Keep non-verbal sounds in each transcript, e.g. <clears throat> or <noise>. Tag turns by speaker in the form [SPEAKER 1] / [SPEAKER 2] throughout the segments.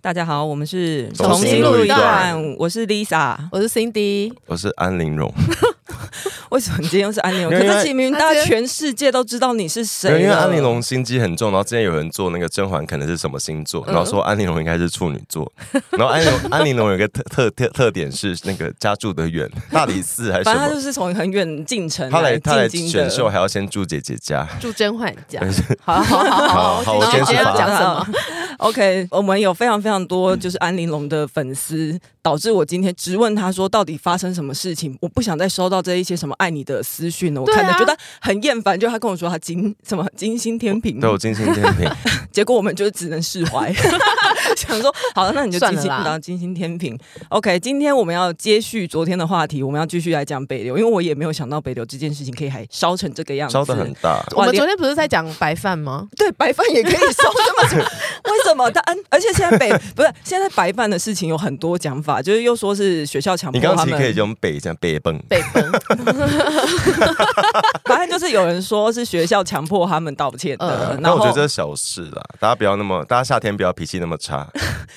[SPEAKER 1] 大家好，我们是
[SPEAKER 2] 重新录一段，
[SPEAKER 1] 我是 Lisa。
[SPEAKER 2] 我是 Cindy，
[SPEAKER 3] 我是安陵容，
[SPEAKER 1] 为什么你今天又是安陵容？
[SPEAKER 3] 因
[SPEAKER 1] 可
[SPEAKER 3] 为
[SPEAKER 1] 是明明大
[SPEAKER 2] 他今
[SPEAKER 1] 家
[SPEAKER 2] 天
[SPEAKER 1] 全世界都知道你是谁
[SPEAKER 3] 因
[SPEAKER 1] 了，
[SPEAKER 3] 为安陵容心机很重，然后之前有人做那个甄嬛可能是什么星座，
[SPEAKER 1] 嗯
[SPEAKER 3] 然后说安陵容应该是处女座， <laughs> 然后安陵容安陵容有一个特特特特点是那个家住得
[SPEAKER 1] <laughs>
[SPEAKER 3] 远，大理寺还是
[SPEAKER 1] 反
[SPEAKER 3] 什
[SPEAKER 1] 正他就，
[SPEAKER 3] 么
[SPEAKER 1] 是从很远进城
[SPEAKER 3] 他来他来
[SPEAKER 1] 进京
[SPEAKER 3] 选
[SPEAKER 1] 的
[SPEAKER 3] 秀还要先住姐姐家，
[SPEAKER 2] 住甄嬛家。好好好
[SPEAKER 3] 好好我
[SPEAKER 2] 我
[SPEAKER 3] 先
[SPEAKER 2] 今天
[SPEAKER 3] 出
[SPEAKER 2] 要
[SPEAKER 3] 发
[SPEAKER 2] 讲什么？
[SPEAKER 1] OK，我们有非常非常多就是安玲珑的粉丝，导致我今天直问他说到底发生什么事情，我不想再收到这一些什么爱你的私讯了，我
[SPEAKER 2] 对啊
[SPEAKER 1] 看着觉得很厌烦。就他跟我说他金什么金星天平，
[SPEAKER 3] 对我精心天
[SPEAKER 1] <laughs>
[SPEAKER 3] 平，
[SPEAKER 1] 结果我们就只能释
[SPEAKER 2] <laughs>
[SPEAKER 1] 怀，想说好，那你就
[SPEAKER 2] 算
[SPEAKER 1] 金
[SPEAKER 2] 了
[SPEAKER 1] 星
[SPEAKER 2] 啦
[SPEAKER 1] 到金星天平。OK，今天我们要接续昨天的话题，我们要继续来讲北流，因为我也没有想到北流这件事情可以还烧成这个样子，
[SPEAKER 3] 烧的很大，
[SPEAKER 1] 哇
[SPEAKER 2] 我们
[SPEAKER 1] 连
[SPEAKER 2] 昨天不是在讲白饭吗？
[SPEAKER 1] 对，白饭也可以烧 <laughs> 这么久，为什么他？嗯而且现在北不是现在白饭的事情有很多讲法，就是又说是学校强迫
[SPEAKER 3] 你刚
[SPEAKER 1] 他
[SPEAKER 3] 刚其实可以
[SPEAKER 1] 们，
[SPEAKER 3] 用北这样北蹦，
[SPEAKER 2] 被
[SPEAKER 1] <laughs>
[SPEAKER 2] 崩，
[SPEAKER 1] 反正就是有人说是学校强迫他们道歉的
[SPEAKER 2] 嗯，
[SPEAKER 1] 然
[SPEAKER 3] 但我觉
[SPEAKER 1] 后
[SPEAKER 3] 得这是小事啦，大家不要那么，大家夏天不要脾气那么
[SPEAKER 1] <laughs>
[SPEAKER 3] 差，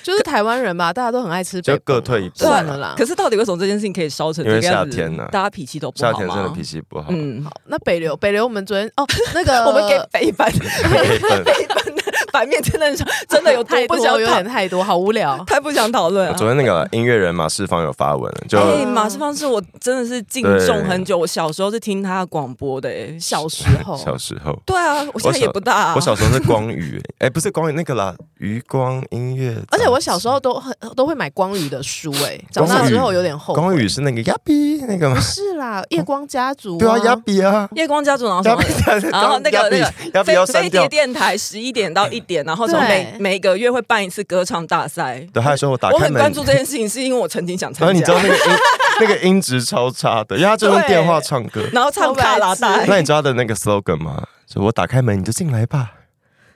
[SPEAKER 2] 就是台湾人吧，大家都很爱吃
[SPEAKER 3] 就
[SPEAKER 2] 北
[SPEAKER 3] 各
[SPEAKER 2] 崩。
[SPEAKER 3] 退一步
[SPEAKER 1] 对
[SPEAKER 2] 算
[SPEAKER 3] 啊，
[SPEAKER 2] 了啦。
[SPEAKER 1] 可是到底为什么这件事情可以烧成这
[SPEAKER 3] 因为
[SPEAKER 1] 个样子？
[SPEAKER 3] 夏天啊
[SPEAKER 1] 大家脾气都不好
[SPEAKER 3] 夏
[SPEAKER 1] 吗
[SPEAKER 3] 天真的脾气不好，
[SPEAKER 1] 嗯，
[SPEAKER 2] 那北流，北流，我们昨天哦，那个
[SPEAKER 1] <laughs> 我们给北饭
[SPEAKER 3] <laughs> 北
[SPEAKER 1] <laughs>
[SPEAKER 3] 奔
[SPEAKER 1] 北饭的版面真的是真的有多
[SPEAKER 2] <laughs> 太
[SPEAKER 1] 不
[SPEAKER 2] 多，
[SPEAKER 1] 想
[SPEAKER 2] 有
[SPEAKER 1] 讨
[SPEAKER 2] 点，太多，好无聊。
[SPEAKER 1] 太不想讨论啊
[SPEAKER 3] 昨。天那个音乐人马世芳有发文，就
[SPEAKER 1] 哎、马世芳是我真的是敬重很久，我小时候是听他的广播的、哎，
[SPEAKER 2] 小时候，
[SPEAKER 3] 小时候。
[SPEAKER 1] 对啊，我现在也不大、啊
[SPEAKER 3] 我小时候是光
[SPEAKER 1] <laughs>
[SPEAKER 3] 宇，哎、不是光宇那个啦，余光音乐。
[SPEAKER 2] 而且我小时候都很都会买光宇的书，哎，长大之后有点后悔。
[SPEAKER 3] 光宇是那个亚比那个吗？
[SPEAKER 2] 是啦，夜光家族。
[SPEAKER 3] 对啊，亚比啊，
[SPEAKER 1] 夜光家族，然后什
[SPEAKER 3] 亚
[SPEAKER 1] 么
[SPEAKER 3] 比？ <laughs>
[SPEAKER 1] 然哦后那个那
[SPEAKER 3] 个亚比
[SPEAKER 1] 飞
[SPEAKER 3] 要
[SPEAKER 1] 飞
[SPEAKER 3] 删
[SPEAKER 1] 碟
[SPEAKER 3] 掉。
[SPEAKER 1] 电台十一点到一点，然后从
[SPEAKER 2] 对
[SPEAKER 1] 每每个月会办一次歌唱大赛。
[SPEAKER 3] 对，还有说我打
[SPEAKER 1] 我
[SPEAKER 3] 开
[SPEAKER 1] 很
[SPEAKER 3] 门，
[SPEAKER 1] 关注这件事情，是因为我曾经想
[SPEAKER 3] 然后
[SPEAKER 1] 参
[SPEAKER 3] 你知道
[SPEAKER 1] 加，
[SPEAKER 3] 那个音
[SPEAKER 1] <laughs>
[SPEAKER 3] 那个音质超差的，因为他就用电话唱歌。
[SPEAKER 1] 然后唱卡拉带。
[SPEAKER 3] 那你知道他的那个 slogan 吗？就我打开门你就进来吧，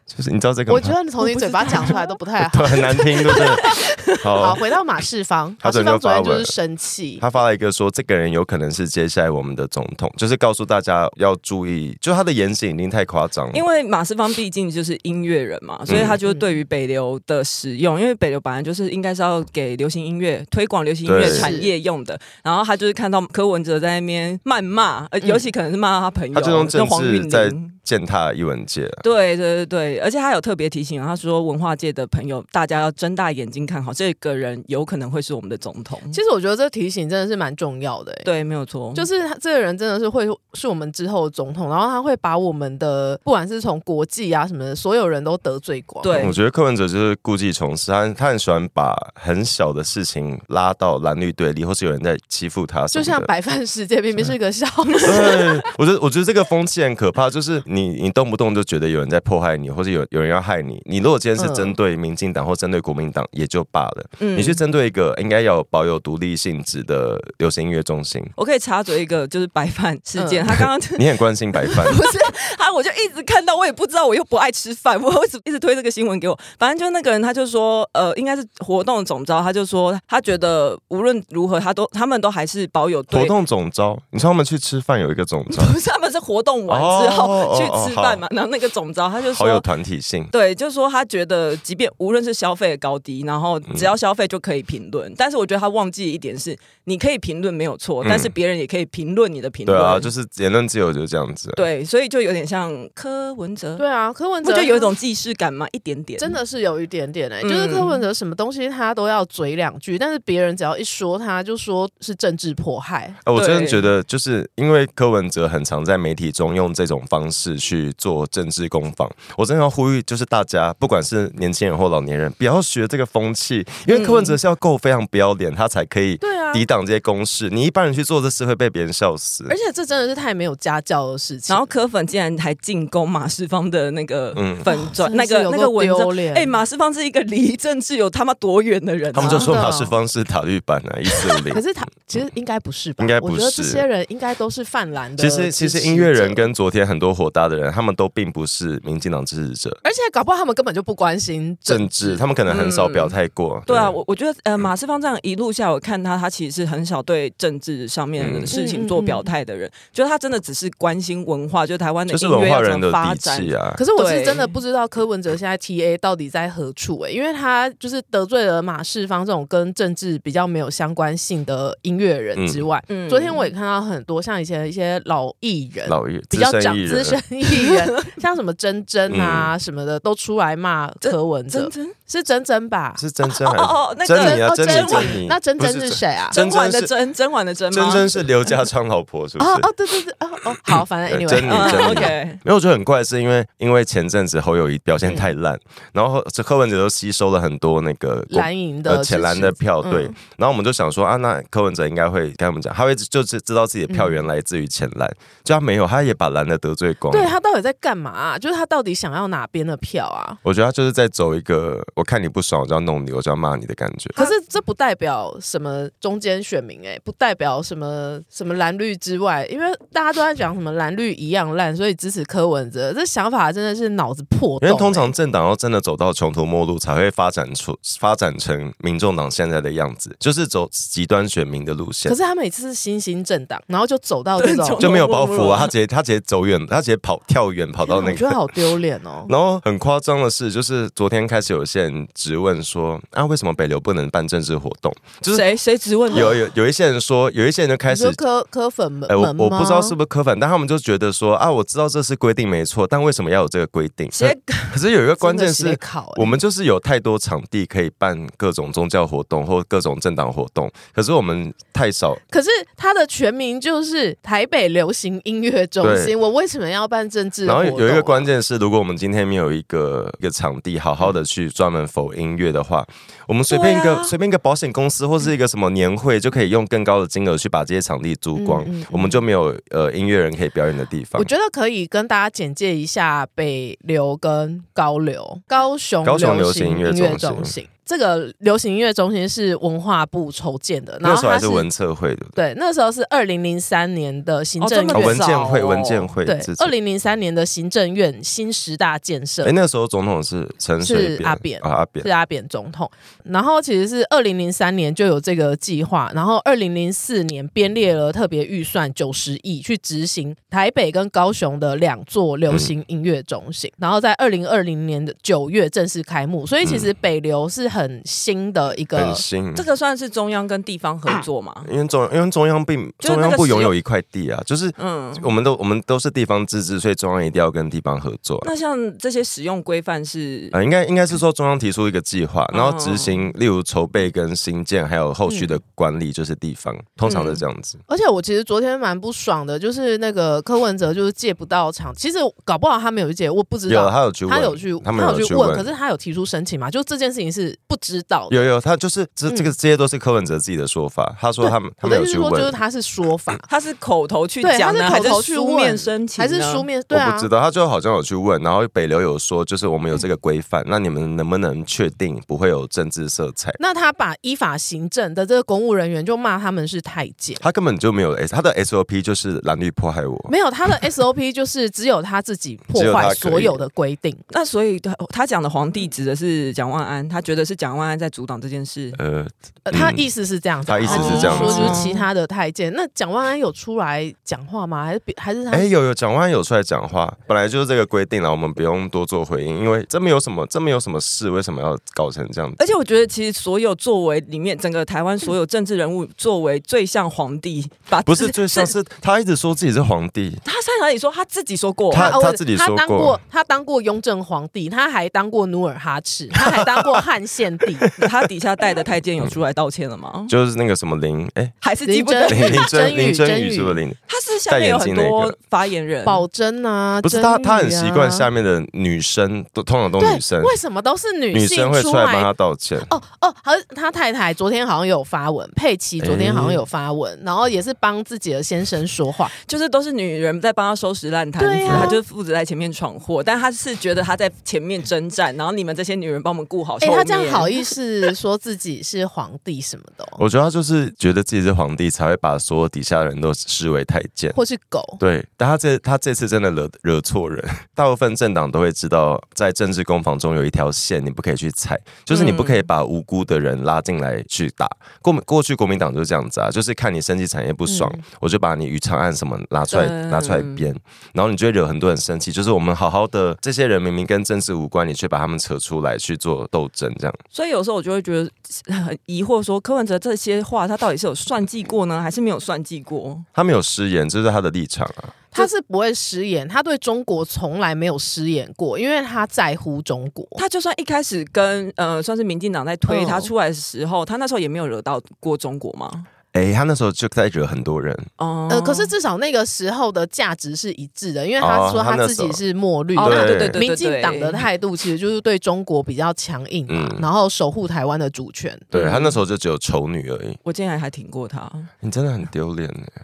[SPEAKER 3] 就是你知道这个吗？
[SPEAKER 2] 我觉得你从你嘴巴讲出来都不太好。
[SPEAKER 3] <laughs> 对很难听，
[SPEAKER 1] <laughs>
[SPEAKER 3] 对不 <laughs> 对？
[SPEAKER 2] 好，
[SPEAKER 3] 好，
[SPEAKER 2] 回到马世芳，
[SPEAKER 3] 他
[SPEAKER 2] 马世
[SPEAKER 3] 整个
[SPEAKER 2] 芳昨天
[SPEAKER 3] 发
[SPEAKER 2] 就
[SPEAKER 3] 文
[SPEAKER 2] 是生气，
[SPEAKER 3] 他发了一个说，这个人有可能是接下来我们的总统，就是告诉大家要注意，就他的言行已经太夸张了。
[SPEAKER 1] 因为马世芳毕竟就是音乐人
[SPEAKER 3] 嗯
[SPEAKER 1] 嘛，所以他就对于北流的使用，因为北流本来就是应该是要给流行音乐推广流行音乐
[SPEAKER 3] 对
[SPEAKER 1] 产业用的，然后他就是看到柯文哲在那边谩骂，呃，
[SPEAKER 2] 嗯
[SPEAKER 1] 尤其可能是骂他朋友，
[SPEAKER 3] 他这种政
[SPEAKER 1] 跟黄
[SPEAKER 3] 治
[SPEAKER 1] 韵
[SPEAKER 3] 在
[SPEAKER 1] 玲
[SPEAKER 3] 践踏艺文界、啊，
[SPEAKER 1] 对对对对，而且他有特别提醒，他说文化界的朋友，大家要睁大眼睛看好，这个人有可能会是我们的总统。
[SPEAKER 3] 嗯
[SPEAKER 2] 其实我觉得这提醒真的是蛮重要的、欸，
[SPEAKER 1] 对，没有错，
[SPEAKER 2] 就是是他这个人真的是会是我们之后的总统，然后他会把我们的不管是从国际啊什么的，所有人都得罪光。
[SPEAKER 1] 对
[SPEAKER 3] 我觉得柯文哲就是故技重施，他他很喜欢把很小的事情拉到蓝绿对立，或是有人在欺负他什
[SPEAKER 2] 就
[SPEAKER 3] 么的，
[SPEAKER 2] 像白饭世界明明是一个笑
[SPEAKER 1] <laughs>
[SPEAKER 2] 话，
[SPEAKER 3] 对，我觉得我觉得这个风气很可怕，就是你你动不动就觉得有人在迫害你，或者有有人要害你。你如果今天是针对民进党或针对国民党也就罢了，
[SPEAKER 1] 嗯
[SPEAKER 3] 你去针对一个应该要保有独立性质的流行音乐中心，
[SPEAKER 1] 我可以插嘴一个，就是白饭事件，
[SPEAKER 2] 嗯
[SPEAKER 1] 他刚刚
[SPEAKER 3] 你很关心白饭，
[SPEAKER 1] 不是 <laughs> 他，啊我就一直看到，我也不知道，我又不爱吃饭， <laughs> 我为什么一直推这个新闻给我？反正就那个人，他就说，呃，应该是活动总招，他就说他觉得无论如何，他都他们都还是保有对
[SPEAKER 3] 活动总招，你说他们去吃饭有一个总招，
[SPEAKER 1] 不是他们是活动完之
[SPEAKER 3] 哦
[SPEAKER 1] 后
[SPEAKER 3] 哦
[SPEAKER 1] 去
[SPEAKER 3] 哦
[SPEAKER 1] 吃饭嘛，然后那个总招他就
[SPEAKER 3] 好
[SPEAKER 1] 说
[SPEAKER 3] 有团体性。
[SPEAKER 1] 对，就是说他觉得，即便无论是消费的高低，然后只要消费就可以评论。但是我觉得他忘记一点是，你可以评论没有错，
[SPEAKER 3] 嗯
[SPEAKER 1] 但是别人也可以评论你的评
[SPEAKER 3] 对
[SPEAKER 1] 论。
[SPEAKER 3] 啊，就是言论自由就是这样子。
[SPEAKER 1] 对所以就有点像柯文哲，
[SPEAKER 2] 对啊，柯文
[SPEAKER 1] 不
[SPEAKER 2] 哲
[SPEAKER 1] 就有一种既视感吗？一点点，
[SPEAKER 2] 真的是有一点点哎、
[SPEAKER 1] 嗯
[SPEAKER 2] 就是柯文哲什么东西他都要嘴两句，但是别人只要一说他就说是政治迫害，
[SPEAKER 3] 呃，我真
[SPEAKER 1] 对
[SPEAKER 3] 的觉得，就是因为柯文哲很常在媒体中用这种方式去做政治攻防，我真的要呼吁，就是大家，不管是年轻人或老年人，不要学这个风气，因为柯文哲是要够非常不要脸，他才可以
[SPEAKER 2] 对啊，
[SPEAKER 3] 抵挡这些攻势。你一般人去做这事，会被别人笑死。
[SPEAKER 2] 而且这真的是太没有家教的事情，
[SPEAKER 1] 然后柯粉竟然还进攻马世芳的那个
[SPEAKER 3] 嗯
[SPEAKER 1] 粉砖、
[SPEAKER 2] 啊真
[SPEAKER 1] 那
[SPEAKER 2] 的是
[SPEAKER 1] 个
[SPEAKER 2] 有
[SPEAKER 1] 那
[SPEAKER 2] 够
[SPEAKER 1] 个文章
[SPEAKER 2] 丢。脸
[SPEAKER 1] 哎、马世芳是一个离政治有他妈多远的人、啊？
[SPEAKER 3] 他们就说
[SPEAKER 2] 真的哦
[SPEAKER 3] 马世芳是塔绿版啊，一四
[SPEAKER 2] <laughs>
[SPEAKER 3] 五零
[SPEAKER 2] 可。是他其实应该不是吧？
[SPEAKER 3] 应该不是
[SPEAKER 2] 我觉得这些人应该都是泛蓝的
[SPEAKER 3] 其
[SPEAKER 2] 支持者。
[SPEAKER 3] 实，其实音乐人跟昨天很多火答的人，他们都并不是民进党支持者。
[SPEAKER 2] 而且搞不好他们根本就不关心
[SPEAKER 3] 政治，他们可能很少表态过。嗯
[SPEAKER 1] 对啊，我我觉得呃，马世芳这样一路下，我看他，他其实是很少对政治上面
[SPEAKER 3] 嗯
[SPEAKER 1] 的事
[SPEAKER 2] 嗯
[SPEAKER 1] 情做表态的人，就是他真的只是关心文化，就是台湾的
[SPEAKER 3] 就是
[SPEAKER 1] 音乐
[SPEAKER 3] 文化
[SPEAKER 1] 要
[SPEAKER 3] 人
[SPEAKER 1] 怎
[SPEAKER 3] 的
[SPEAKER 1] 么发
[SPEAKER 3] 底
[SPEAKER 1] 展。
[SPEAKER 3] 气啊
[SPEAKER 2] 可！是我是
[SPEAKER 1] 对
[SPEAKER 2] 真的不知道柯文哲现在 T A 到底在何处哎、因为他就是得罪了马世芳这种跟政治比较没有相关性的音乐人之外，
[SPEAKER 1] 嗯嗯
[SPEAKER 2] 昨天我也看到很多像以前一些老艺人。
[SPEAKER 3] 老艺资
[SPEAKER 2] 比较
[SPEAKER 3] 深
[SPEAKER 2] 长
[SPEAKER 3] 艺
[SPEAKER 2] 资
[SPEAKER 3] 人，嗯
[SPEAKER 2] 深艺
[SPEAKER 3] <laughs>
[SPEAKER 2] 人，像什么珍珍啊什么的，都出来骂柯文
[SPEAKER 1] 真
[SPEAKER 2] 哲，
[SPEAKER 1] 真
[SPEAKER 2] 是珍珍吧？
[SPEAKER 3] 是真真
[SPEAKER 1] 哦
[SPEAKER 3] 还是
[SPEAKER 1] 哦哦，那
[SPEAKER 3] 珍
[SPEAKER 1] 个
[SPEAKER 3] 妮啊，
[SPEAKER 2] 哦
[SPEAKER 3] 珍妮
[SPEAKER 2] 甄，
[SPEAKER 3] 珍妮，
[SPEAKER 2] 那珍
[SPEAKER 3] 不
[SPEAKER 2] 珍
[SPEAKER 3] 是
[SPEAKER 2] 是谁啊？
[SPEAKER 3] 珍
[SPEAKER 1] 甄嬛的
[SPEAKER 3] 是
[SPEAKER 1] 甄，甄嬛的甄吗？
[SPEAKER 3] 珍珍是刘家昌老婆，是不
[SPEAKER 2] 哦
[SPEAKER 3] 是？
[SPEAKER 2] 哦，对对对，哦哦，好，反正
[SPEAKER 3] 对
[SPEAKER 2] anyway，呃
[SPEAKER 3] 珍妮
[SPEAKER 1] 嗯
[SPEAKER 3] 珍妮
[SPEAKER 1] OK，
[SPEAKER 3] 没有，我觉得很怪，是因为因为前阵子侯友谊表现太烂，然后这柯文哲都吸收了很多那个国
[SPEAKER 2] 蓝营的
[SPEAKER 3] 呃浅蓝的
[SPEAKER 2] 支持
[SPEAKER 3] 票，
[SPEAKER 2] 嗯
[SPEAKER 3] 对。然后我们就想说啊，那柯文哲应该会跟他们讲，他会就是知道自己的
[SPEAKER 2] 嗯
[SPEAKER 3] 票源来自于浅蓝，就他没有，他也把蓝的得罪光了。
[SPEAKER 2] 对他到底在干嘛啊、就是他到底想要哪边的票啊？
[SPEAKER 3] 我觉得他就是在走一个我看你不爽，我就要弄你，我就要骂你的感觉。
[SPEAKER 2] 可是这不代表什么中间选民哎、不代表什么什么蓝绿之外，因为大家都在讲什么蓝绿一样烂，所以支持柯文哲，这想法真的是脑子破洞、
[SPEAKER 3] 因
[SPEAKER 2] 欸。
[SPEAKER 3] 为通常政党要真的走到穷途末路，才会发展出发展成民众党现在的样子，就是走极端选民的路线
[SPEAKER 2] 欸可。是他每次是新兴政党，然后就走到这种
[SPEAKER 1] 就，
[SPEAKER 3] 就没有包袱啊，他直接他直接走远，他直接跑跳远跑到那
[SPEAKER 2] <laughs> 我觉
[SPEAKER 3] 个
[SPEAKER 2] 得。好丢脸哦。
[SPEAKER 3] 然后很夸张的是，就是昨天开始有些人质问说，啊，为什么北流不能办政治活动？就是
[SPEAKER 1] 谁谁质问的
[SPEAKER 3] 有有有一些人说，有一些人就开
[SPEAKER 2] 你
[SPEAKER 3] 始
[SPEAKER 2] 说，柯柯粉们
[SPEAKER 3] 哎，我
[SPEAKER 2] 们吗？
[SPEAKER 3] 我不知道是不是科粉，但他们就觉得说，啊，我知道这是规定没错，但为什么要有这个规定？
[SPEAKER 1] 谁
[SPEAKER 3] <laughs> 可是有一个关键
[SPEAKER 2] 真的
[SPEAKER 3] 是
[SPEAKER 2] 写。考、欸，
[SPEAKER 3] 我们就是有太多场地可以办各种宗教活动或各种政党活动，可是我们太少
[SPEAKER 2] 可是他的全名就是台北流行音乐中
[SPEAKER 3] 对
[SPEAKER 2] 心，我为什么要办政治活
[SPEAKER 3] 然后
[SPEAKER 2] 动啊、
[SPEAKER 3] 有一个关键是，如果我们今天没有一个一个场地，好好的去专门否音乐的话，我们随便一
[SPEAKER 1] 对
[SPEAKER 3] 个、
[SPEAKER 1] 啊
[SPEAKER 3] 随便一个保险公司或是一个什么年会，就可以用更高的金额去把这些场地租光，
[SPEAKER 2] 嗯嗯嗯
[SPEAKER 3] 我们就没有呃音乐人可以表演的地方
[SPEAKER 2] 我。觉得可以跟大家简介一下北流跟高流，高雄
[SPEAKER 3] 高雄
[SPEAKER 2] 流
[SPEAKER 3] 流行音乐
[SPEAKER 2] 乐
[SPEAKER 3] 中心
[SPEAKER 2] 中心。这个流行音乐中心是文化部筹建的，然
[SPEAKER 3] 那
[SPEAKER 2] 后
[SPEAKER 3] 时候
[SPEAKER 2] 它
[SPEAKER 3] 还是文策会的，
[SPEAKER 2] 对，那时候是二零零三年的行政
[SPEAKER 1] 哦
[SPEAKER 3] 哦、
[SPEAKER 1] 这么
[SPEAKER 2] 院，
[SPEAKER 3] 文健会
[SPEAKER 1] 早哦
[SPEAKER 3] 文健会
[SPEAKER 2] 对
[SPEAKER 3] 之，前
[SPEAKER 2] 二。零零三年的行政院新十大建设
[SPEAKER 3] 哎，。那时候总统是陈水
[SPEAKER 2] 是
[SPEAKER 3] 扁，
[SPEAKER 2] 阿扁
[SPEAKER 3] 啊，阿扁
[SPEAKER 2] 是。阿扁总统，然后其实是二零零三年就有这个计划，然后二零零四年编列了特别预算九十亿去执行台北跟高雄的两座流
[SPEAKER 3] 嗯
[SPEAKER 2] 行音乐中心，然后在二零二零年的九月正式开幕，所以其实北流是很新的一个
[SPEAKER 3] 嗯很。新。
[SPEAKER 1] 这个算是中央跟地方合作吗？
[SPEAKER 3] 因为中因为中央并
[SPEAKER 1] 就是那
[SPEAKER 3] 中
[SPEAKER 1] 个
[SPEAKER 3] 央不拥
[SPEAKER 1] 使用
[SPEAKER 3] 有一块地啊，就是
[SPEAKER 1] 嗯，
[SPEAKER 3] 我们都我们都是地方自治，所以中央一定要跟地方合作啊。
[SPEAKER 1] 那像这些使用规范是
[SPEAKER 3] 呃，应该应该是说中央提出一个计划，
[SPEAKER 1] 嗯
[SPEAKER 3] 然后
[SPEAKER 2] 哦
[SPEAKER 3] 执行，例如筹备跟新建，还有后续
[SPEAKER 2] 嗯
[SPEAKER 3] 的管理，就是地方，通常是这样子。
[SPEAKER 2] 而且我其实昨天蛮不爽的，就是那个柯文哲就是借不到场，其实搞不好他没有借，我不知
[SPEAKER 3] 有
[SPEAKER 2] 道。
[SPEAKER 3] 他有去问，
[SPEAKER 2] 他有去，
[SPEAKER 3] 他们
[SPEAKER 2] 有
[SPEAKER 3] 去
[SPEAKER 2] 问，可是他有提出申请嘛？就这件事情是不知道的。
[SPEAKER 3] 有有他就是这
[SPEAKER 2] 嗯
[SPEAKER 3] 这个这些都是柯文哲自己的说法，他说他们他
[SPEAKER 2] 我
[SPEAKER 3] 们
[SPEAKER 2] 的意
[SPEAKER 3] 有
[SPEAKER 2] 思是
[SPEAKER 3] 去
[SPEAKER 2] 说，就是
[SPEAKER 3] 问。
[SPEAKER 2] 他是说法，
[SPEAKER 1] 他是口头去
[SPEAKER 2] 对
[SPEAKER 1] 讲
[SPEAKER 2] 他
[SPEAKER 1] 呢，
[SPEAKER 2] 是
[SPEAKER 1] 还
[SPEAKER 2] 口
[SPEAKER 1] 是
[SPEAKER 2] 头去
[SPEAKER 1] 书
[SPEAKER 2] 问
[SPEAKER 1] 面申请
[SPEAKER 2] 还
[SPEAKER 1] 呢？
[SPEAKER 2] 是书面？对
[SPEAKER 3] 我
[SPEAKER 2] 啊嗯
[SPEAKER 3] 不，知道，他就好像有去问，然后北流有说，就是我们有这个规范，那你们能不能确定不会有政治色彩？
[SPEAKER 2] 那他把依法行政的这个公务人员就骂他们是太监。
[SPEAKER 3] 他根本就没有 S，他的 SOP 就是蓝绿迫害我。
[SPEAKER 2] 没有，他的 SOP 就是只有他自己破
[SPEAKER 3] 只有他可
[SPEAKER 2] 坏
[SPEAKER 3] 以
[SPEAKER 2] 所有的规定，
[SPEAKER 1] 那所以他他讲的皇帝指的是蒋万安，他觉得是蒋万安在阻挡这件事。
[SPEAKER 3] 呃，
[SPEAKER 2] 呃他
[SPEAKER 3] 嗯
[SPEAKER 2] 意思是这样子，啊
[SPEAKER 3] 他意思是这样子
[SPEAKER 2] 就是说
[SPEAKER 1] 哦
[SPEAKER 2] 就是其他的太监。那蒋万安有出来讲话吗？还是别还是他
[SPEAKER 3] 哎、有有，蒋万安有出来讲话，本来就是这个规定了，我们不用多做回应，因为这没有什么，这没有什么事，为什么要搞成这样子？
[SPEAKER 1] 而且我觉得，其实所有作为里面整个台湾所有政治人物，作为最像皇帝，把
[SPEAKER 3] 不是最像是他一直说自己是皇帝，
[SPEAKER 1] 他在哪里说他自己说过，
[SPEAKER 3] 他
[SPEAKER 2] 哦我
[SPEAKER 3] 自己
[SPEAKER 2] 他
[SPEAKER 3] 说
[SPEAKER 2] 当
[SPEAKER 3] 过
[SPEAKER 2] 过，他当过雍正皇帝，他还当过努尔哈赤，他还当过汉献
[SPEAKER 1] <laughs>
[SPEAKER 2] 帝，
[SPEAKER 1] 他底下带的太监有出来道歉了吗？
[SPEAKER 3] <laughs> 就是那个什么林哎、
[SPEAKER 1] 还是记不
[SPEAKER 2] 林
[SPEAKER 1] 得
[SPEAKER 2] 真？
[SPEAKER 3] 林林真
[SPEAKER 2] 真宇
[SPEAKER 3] 林真
[SPEAKER 2] 真
[SPEAKER 3] 宇
[SPEAKER 2] 宇
[SPEAKER 3] 是不是林？
[SPEAKER 1] 他是下面有很多发言人，
[SPEAKER 2] 保真啊，
[SPEAKER 3] 不是
[SPEAKER 2] 真
[SPEAKER 3] 他，
[SPEAKER 2] 宇
[SPEAKER 3] 他很习惯
[SPEAKER 2] 啊
[SPEAKER 3] 下面的女生都通常都
[SPEAKER 2] 对
[SPEAKER 3] 女生，
[SPEAKER 2] 为什么都是女
[SPEAKER 3] 女
[SPEAKER 2] 性
[SPEAKER 3] 生会出
[SPEAKER 2] 出
[SPEAKER 3] 来
[SPEAKER 2] 来
[SPEAKER 3] 帮他道歉。
[SPEAKER 2] 哦哦，还有他太太昨天好像有发文，佩奇昨天好像有发文，然后也是帮自己的先生说话，
[SPEAKER 1] 就是都是女人在帮他收拾烂摊子，
[SPEAKER 2] 对啊
[SPEAKER 1] 他就负责在前面闯祸，但他是觉得他在前面征战，然后你们这些女人帮我们顾好后
[SPEAKER 2] 哎、
[SPEAKER 1] 面。
[SPEAKER 2] 他这样好意思说自己是皇帝什么的、哦，
[SPEAKER 3] 我觉得他就是觉得自己是皇帝，才会把所有底下的人都视为太监。
[SPEAKER 2] 或是狗。
[SPEAKER 3] 对，但他这他这次真的惹惹错人。大部分政党都会知道，在政治攻防中有一条线你不可以去踩，就是你不可以把无辜的人拉进来去打。过过去国民党就是这样子啊，就是看你生技产业不爽，我就把你渔场案什么拿出来
[SPEAKER 1] 对
[SPEAKER 3] 拿出来编，然后你就会惹很多人生气。就是我们好好的这些人明明跟政治无关，你却把他们扯出来去做斗争，这样。
[SPEAKER 1] 所以有时候我就会觉得很疑惑说柯文哲这些话他到底是有算计过呢，还是没有算计过？
[SPEAKER 3] 他没有失言，这是他的立场啊。
[SPEAKER 2] 他是不会失言，他对中国从来没有失言过，因为他在乎中国。
[SPEAKER 3] 哦
[SPEAKER 1] 他就算一开始跟呃算是民进党在推
[SPEAKER 2] 嗯
[SPEAKER 1] 他出来的时候，他那时候也没有惹到过中国嘛。
[SPEAKER 3] 哎，他那时候就在惹很多人，
[SPEAKER 1] 哦、
[SPEAKER 2] 呃，可是至少那个时候的价值是一致的，因为他
[SPEAKER 3] 哦
[SPEAKER 2] 说
[SPEAKER 3] 他
[SPEAKER 2] 他
[SPEAKER 3] 那
[SPEAKER 2] 自
[SPEAKER 3] 时
[SPEAKER 2] 己
[SPEAKER 3] 候
[SPEAKER 2] 是墨绿
[SPEAKER 1] 哦，
[SPEAKER 2] 的
[SPEAKER 1] 对
[SPEAKER 3] 对
[SPEAKER 1] 对对对对，
[SPEAKER 2] 民进党的
[SPEAKER 1] 对
[SPEAKER 2] 态度其实就是对中国比较强硬嘛，
[SPEAKER 3] 嗯
[SPEAKER 2] 然后守护台湾的主权。
[SPEAKER 3] 对
[SPEAKER 1] 嗯
[SPEAKER 3] 他那时候就只有丑女而已。
[SPEAKER 1] 哦我竟然还挺过他，
[SPEAKER 3] 你真的很丢脸哎！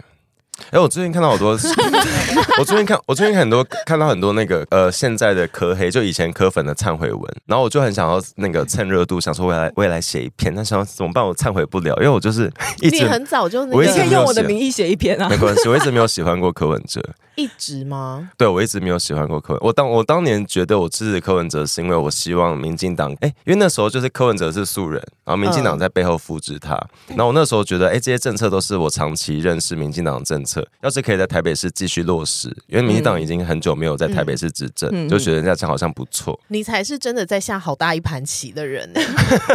[SPEAKER 3] 哎，我最近看到好
[SPEAKER 2] <laughs>
[SPEAKER 3] 多，我最近看，我最近很多看到很多那个呃，现在的科黑，就以前科粉的忏悔文，然后我就很想要那个趁热度，想说未来未来写一篇，但想怎么办？我忏悔不了，因为我就是一
[SPEAKER 2] 你
[SPEAKER 3] 直
[SPEAKER 2] 很早就那
[SPEAKER 3] 我
[SPEAKER 1] 你
[SPEAKER 3] 一
[SPEAKER 1] 可
[SPEAKER 3] 直
[SPEAKER 1] 以
[SPEAKER 3] 没
[SPEAKER 2] 个
[SPEAKER 3] 有
[SPEAKER 1] 用我的
[SPEAKER 3] 写
[SPEAKER 1] 名义写一篇啊
[SPEAKER 3] 没。关系，我一直没有喜欢过柯文哲，
[SPEAKER 2] 一直吗？
[SPEAKER 3] 对我一直没有喜欢过柯文。我当我当年觉得我支持柯文哲，是因为我希望民进党，哎、因为那时候就是柯文哲是素人，然后民进
[SPEAKER 1] 嗯
[SPEAKER 3] 党在背后复制他。然后我那时候觉得，哎、这些政策都是我长期认识民进党的政策，要是可以在台北市继续落实，因为民进党已经很久没有在台北市执政，
[SPEAKER 1] 嗯嗯嗯
[SPEAKER 3] 就觉得人家这样好像不错。
[SPEAKER 2] 你才是真的在下好大一盘棋的人呢、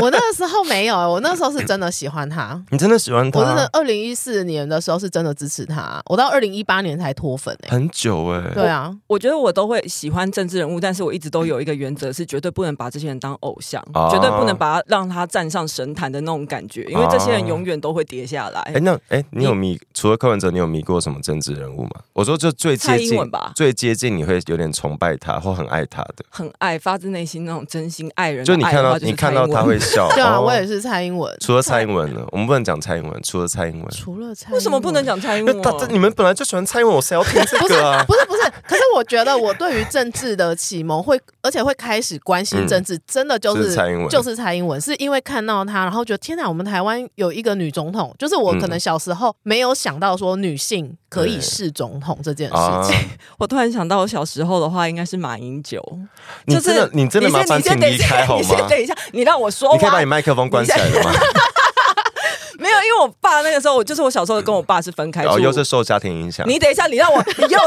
[SPEAKER 2] 我那个时候没有、我那时候是真的喜欢他。
[SPEAKER 3] 你真的喜欢
[SPEAKER 2] 我真的
[SPEAKER 3] 他？
[SPEAKER 2] 二零一四年的时候是真的支持他，我到二零一八年才脱粉哎、
[SPEAKER 3] 很久哎、
[SPEAKER 2] 对啊，
[SPEAKER 1] 我觉得我都会喜欢政治人物，但是我一直都有一个原则，是绝对不能把这些人当偶像，
[SPEAKER 3] 啊
[SPEAKER 1] 绝对不能把他让他站上神坛的那种感觉，因为这些人永远都会跌下来。
[SPEAKER 3] 哎、那哎、你有迷除了柯文哲，你有迷过什么政治人物吗？我说就最接
[SPEAKER 1] 蔡英
[SPEAKER 3] 近
[SPEAKER 1] 文吧，
[SPEAKER 3] 最接近你会有点崇拜他或很爱他的。
[SPEAKER 1] 很爱，发自内心那种真心爱人的
[SPEAKER 3] 就你
[SPEAKER 1] 爱
[SPEAKER 3] 看
[SPEAKER 1] 的
[SPEAKER 3] 到
[SPEAKER 1] 话就是
[SPEAKER 3] 你看到
[SPEAKER 1] 蔡英
[SPEAKER 3] 他
[SPEAKER 1] 文
[SPEAKER 3] 会笑，
[SPEAKER 1] <laughs>
[SPEAKER 2] 对啊，
[SPEAKER 3] 哦
[SPEAKER 2] 我也是蔡英文。
[SPEAKER 3] 除了蔡英文呢，我们不能讲蔡英文，除了蔡英文，
[SPEAKER 2] 除了蔡英文，
[SPEAKER 1] 为什么不能？讲蔡英
[SPEAKER 3] 嗯因为
[SPEAKER 1] 文？
[SPEAKER 3] 他这你们本来就喜欢蔡英文，我谁要听这个啊？
[SPEAKER 2] 不是不是，可是我觉得我对于政治的启蒙会，而且会开始关心政治，真的就是
[SPEAKER 3] 嗯是蔡英文
[SPEAKER 2] 就是蔡英文，是因为看到他，然后觉得天哪，我们台湾有一个女总统，就是我
[SPEAKER 3] 嗯
[SPEAKER 2] 可能小时候没有想到说女性可以是总统这件事
[SPEAKER 3] 啊
[SPEAKER 2] 情。，
[SPEAKER 1] 我突然想到，我小时候的话应该是马英九，
[SPEAKER 3] 你
[SPEAKER 1] 就是
[SPEAKER 3] 真的你真的麻
[SPEAKER 1] 先
[SPEAKER 3] 烦
[SPEAKER 1] 你
[SPEAKER 3] 请
[SPEAKER 1] 先等一
[SPEAKER 3] 离
[SPEAKER 1] 下
[SPEAKER 3] 开好
[SPEAKER 1] 你先
[SPEAKER 3] 吗？
[SPEAKER 1] 等一下，你让我说
[SPEAKER 3] 你可以把
[SPEAKER 1] 完
[SPEAKER 3] 你。麦克风关起来了吗？
[SPEAKER 1] 没有，因为我爸那个时候，我就是我小时候跟我爸是分开
[SPEAKER 3] 然后
[SPEAKER 1] 住。
[SPEAKER 3] 哦又是受家庭影响。
[SPEAKER 1] 你等一下，你
[SPEAKER 3] <laughs>
[SPEAKER 1] 让我，你又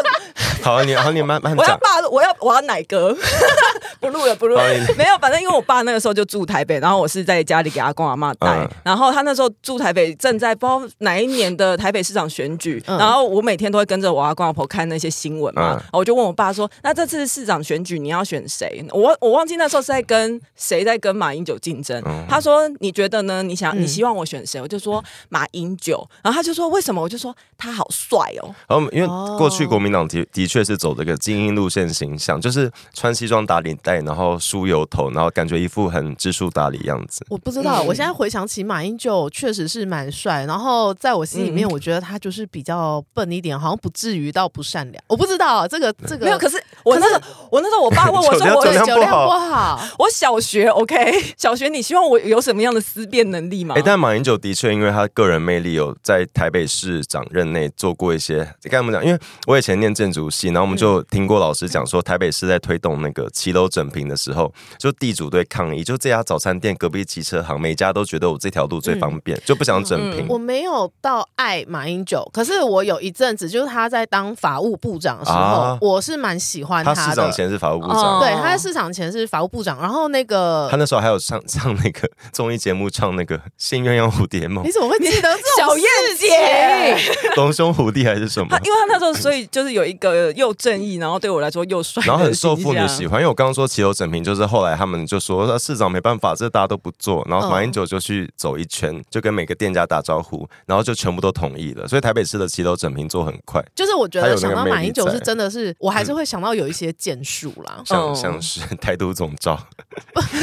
[SPEAKER 3] 好，你好，你慢慢
[SPEAKER 1] 我要
[SPEAKER 3] 讲。
[SPEAKER 1] 爸，我要我要奶哥， <laughs> 不录了不录了
[SPEAKER 3] 好你，
[SPEAKER 1] <laughs> 没有，反正因为我爸那个时候就住台北，然后我是在家里给阿公阿妈带，
[SPEAKER 3] 嗯
[SPEAKER 1] 然后他那时候住台北，正在不知道哪一年的台北市长选举，
[SPEAKER 2] 嗯
[SPEAKER 1] 然后我每天都会跟着我阿公阿婆看那些新闻嘛，
[SPEAKER 3] 嗯
[SPEAKER 1] 然后我就问我爸说，那这次市长选举你要选谁？我我忘记那时候是在跟谁在跟马英九竞争，
[SPEAKER 3] 嗯
[SPEAKER 1] 他说你觉得呢？你想
[SPEAKER 2] 嗯
[SPEAKER 1] 你希望我选谁？我就说马英九，然后他就说为什么？我就说他好帅哦，
[SPEAKER 3] 然后因为
[SPEAKER 2] 哦
[SPEAKER 3] 过去国民党的的确是走这个精英路线形象，就是穿西装打领带，然后梳油头，然后感觉一副很知书达理样子。
[SPEAKER 2] 我不知道，
[SPEAKER 1] 嗯
[SPEAKER 2] 我现在回想起马英九确实是蛮帅，然后在我心里
[SPEAKER 3] 嗯
[SPEAKER 2] 面，我觉得他就是比较笨一点，好像不至于到不善良。我不知道这个
[SPEAKER 3] 嗯
[SPEAKER 2] 这个
[SPEAKER 1] 没有，可是我那时候我那时候我爸问
[SPEAKER 3] <laughs>
[SPEAKER 1] 我
[SPEAKER 3] 酒
[SPEAKER 1] 说
[SPEAKER 3] 量
[SPEAKER 1] 我
[SPEAKER 3] 酒量
[SPEAKER 2] 酒量
[SPEAKER 3] 不
[SPEAKER 2] 不好，
[SPEAKER 1] 我小学 OK，小 <laughs> 学你希望我有什么样的思辨能力吗？
[SPEAKER 3] 哎、但马英九的确因为他个人魅力，有在台北市长任内做过一些。该怎么讲？因为我以前念建筑系，然后我们就
[SPEAKER 2] 嗯
[SPEAKER 3] 听过老师讲说，台北市在推动那个骑楼整平的时候，就地主队抗议，就这家早餐店隔壁汽车行，每家都觉得我这条路最方便，
[SPEAKER 2] 嗯
[SPEAKER 3] 就不想整平。
[SPEAKER 2] 我没有到爱马英九，可是我有一阵子，就是他在当法务部长的时候，
[SPEAKER 3] 啊
[SPEAKER 2] 我是蛮喜欢
[SPEAKER 3] 他市
[SPEAKER 2] 他的。
[SPEAKER 3] 长前是法务部长，
[SPEAKER 1] 哦
[SPEAKER 2] 对，他在市场前是法务部长，然后那个
[SPEAKER 3] 他那时候还有上上那个综艺节目，唱那个《新鸳鸯蝴蝶梦
[SPEAKER 2] <laughs> 你》，怎么会记得这
[SPEAKER 1] 小
[SPEAKER 2] 种
[SPEAKER 1] 燕
[SPEAKER 2] 事情？
[SPEAKER 1] 姐，
[SPEAKER 3] 龙兄虎弟还是什么
[SPEAKER 1] 他？因为他那时候，所以就是有一个又正义，然后对我来说又帅， <laughs>
[SPEAKER 3] 然后很受妇女喜。欢，因为我刚刚说骑楼整平，就是后来他们就说呃市长没办法，这大家都不做，然后马英九就去走一圈，就跟每个店家打招呼，然后就全部都同意了，所以台北市的骑楼整平做很快。
[SPEAKER 2] 就是我觉
[SPEAKER 3] 他有
[SPEAKER 2] 得
[SPEAKER 3] 那个
[SPEAKER 2] 想到马
[SPEAKER 3] 魅力
[SPEAKER 2] 英九
[SPEAKER 3] 在嗯
[SPEAKER 2] 是真的是，我还是会想到有有一些建树啦。
[SPEAKER 3] 像
[SPEAKER 1] 嗯
[SPEAKER 3] 像是台独
[SPEAKER 1] <laughs>
[SPEAKER 3] 总召，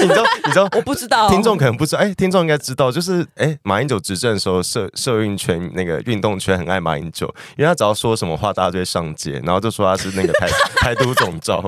[SPEAKER 3] 你知道你知道
[SPEAKER 1] 我不知道
[SPEAKER 3] 听众可能不知道，哎、听众应该知道，就是哎、马英九执政的时候，社社运圈那个运动圈很爱马英九，因为他只要说什么话，大家就会上街，然后就说他是那个台台独总
[SPEAKER 1] <laughs>
[SPEAKER 3] 召，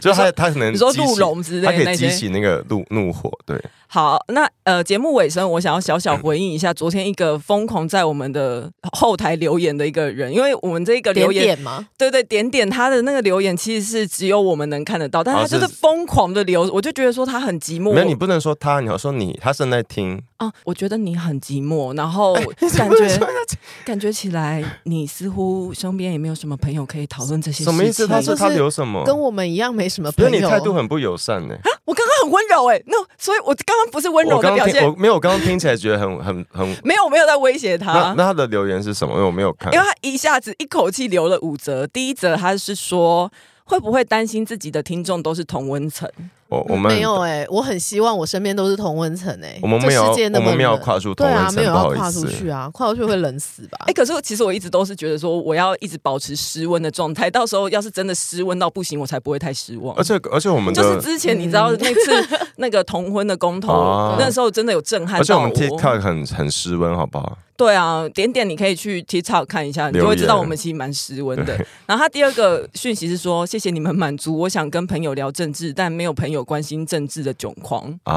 [SPEAKER 3] 就是他他可能
[SPEAKER 1] 你说
[SPEAKER 3] 激
[SPEAKER 1] 鹿
[SPEAKER 3] 起
[SPEAKER 1] 茸之类
[SPEAKER 3] 他
[SPEAKER 1] 的
[SPEAKER 3] 可
[SPEAKER 1] 那
[SPEAKER 3] 以激
[SPEAKER 1] 些
[SPEAKER 3] 起那个怒怒火，对，
[SPEAKER 1] 好，那呃，节目尾声，我想要小小回应一下昨天一个疯狂在我们的后台留言的一个人，因为我们这个
[SPEAKER 2] 点
[SPEAKER 1] 留言，
[SPEAKER 2] 点吗？
[SPEAKER 1] 对对，点点他的那个留言其实是只有我们能看得到，但是
[SPEAKER 3] 啊
[SPEAKER 1] 他就是是疯狂的留，我就觉得说他很寂寞。
[SPEAKER 3] 没有你不能说他，你要说你，他正在听，
[SPEAKER 1] 啊，我觉得你很寂寞，然后感
[SPEAKER 3] <laughs> 不能
[SPEAKER 1] 觉
[SPEAKER 3] 哎说他
[SPEAKER 1] <laughs> 感觉起来你似乎身边也没有什么朋友可以讨论这些事情。
[SPEAKER 3] 什么意思？他
[SPEAKER 2] 就
[SPEAKER 3] 说
[SPEAKER 2] 是
[SPEAKER 3] 他留什么？
[SPEAKER 2] 跟我们一样没什么
[SPEAKER 3] 不嗯
[SPEAKER 2] 朋
[SPEAKER 3] 是你
[SPEAKER 2] 友。
[SPEAKER 3] 态度很不友善呢、
[SPEAKER 1] 我刚刚很温柔哎、那所以我刚刚不是温柔
[SPEAKER 3] 我
[SPEAKER 1] 的
[SPEAKER 3] 刚
[SPEAKER 1] 表
[SPEAKER 3] 刚听，
[SPEAKER 1] 现
[SPEAKER 3] 我，没有，我刚刚听起来觉得很很很。
[SPEAKER 1] 没有我没有在威胁他。
[SPEAKER 3] 那那他的留言是什么？因为我没有看
[SPEAKER 1] 啊因为。他一下子一口气留了五则。第一则他是说，会不会担心自己的听众都是同温层？
[SPEAKER 3] 我 <laughs> 我们
[SPEAKER 2] 没有哎、我很希望我身边都是同温层哎。
[SPEAKER 3] 我们
[SPEAKER 2] 这
[SPEAKER 3] 没有
[SPEAKER 2] 世界那么
[SPEAKER 3] 我们没有
[SPEAKER 2] 冷
[SPEAKER 3] 跨出
[SPEAKER 2] 对
[SPEAKER 3] 同
[SPEAKER 2] 啊
[SPEAKER 3] 温，层
[SPEAKER 2] 没有
[SPEAKER 3] 不
[SPEAKER 2] 要
[SPEAKER 3] 好意
[SPEAKER 2] 跨出
[SPEAKER 3] 思
[SPEAKER 2] 去啊，跨出去会冷死吧
[SPEAKER 1] 哎、？可是其实我一直都是觉得说，我要一直保持失温的状态，到时候要是真的失温到不行，我才不会太失望
[SPEAKER 3] 而。且而且我们的
[SPEAKER 1] 就是之前你知道那次那个同婚的公投，
[SPEAKER 3] 啊
[SPEAKER 1] 那时候真的有震撼
[SPEAKER 3] 而且
[SPEAKER 1] 到
[SPEAKER 3] 我
[SPEAKER 1] 我
[SPEAKER 3] 们。TikTok 很很失温，好不好？
[SPEAKER 1] 对啊，点点你可以去 TikTok 看一下，你就
[SPEAKER 3] 留
[SPEAKER 1] 会
[SPEAKER 3] 言
[SPEAKER 1] 知道我们其实蛮失温的。然后他第二个讯息是说，谢谢你们满足我想跟朋友聊政治，但没有朋友关心政治的窘况。
[SPEAKER 3] 啊。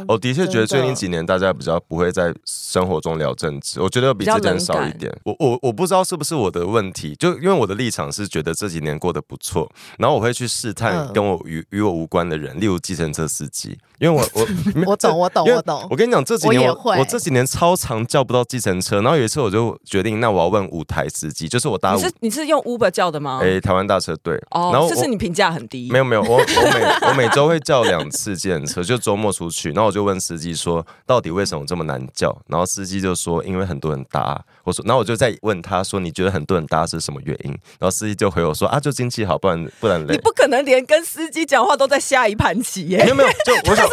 [SPEAKER 2] 啊，
[SPEAKER 3] 我的确觉得
[SPEAKER 2] 真
[SPEAKER 3] 最
[SPEAKER 2] 的
[SPEAKER 3] 近几年大家比较不会在生活中聊政治，我觉得比之前少一
[SPEAKER 1] 比
[SPEAKER 3] 点。我我我不知道是不是我的问题，就因为我的立场是觉得这几年过得不错，然后我会去试探
[SPEAKER 2] 嗯
[SPEAKER 3] 跟我与与我无关的人，例如计程车司机，因为我我没有
[SPEAKER 2] 我 <laughs> 懂，我懂，
[SPEAKER 3] 因为
[SPEAKER 2] 我懂
[SPEAKER 3] 我。跟你讲，这几年
[SPEAKER 2] 我也
[SPEAKER 3] 我
[SPEAKER 2] 会
[SPEAKER 3] 我这几年超常叫不到计程车，然后有一次我就决定，那我要问舞台司机，啊就是我搭
[SPEAKER 1] 你
[SPEAKER 3] 舞
[SPEAKER 1] 是你是用 Uber 叫的吗？
[SPEAKER 3] 哎台湾大车队，
[SPEAKER 1] 哦，
[SPEAKER 3] 然后
[SPEAKER 1] 这
[SPEAKER 3] 我
[SPEAKER 1] 是你评价很低，
[SPEAKER 3] 没
[SPEAKER 1] 有
[SPEAKER 3] 有没有，我我每我每周会叫两次计程车，就周末出去，然后我就问司机说，到底为什么这么难叫？然后司机就说，因为很多人搭。我说，然后我就再问他说，你觉得很多人搭是什么原因？然后司机就回我说，啊，就经济好，不然不然累
[SPEAKER 1] 你。不可能连跟司机讲话都在下一盘棋耶、
[SPEAKER 3] 没有没有，就我想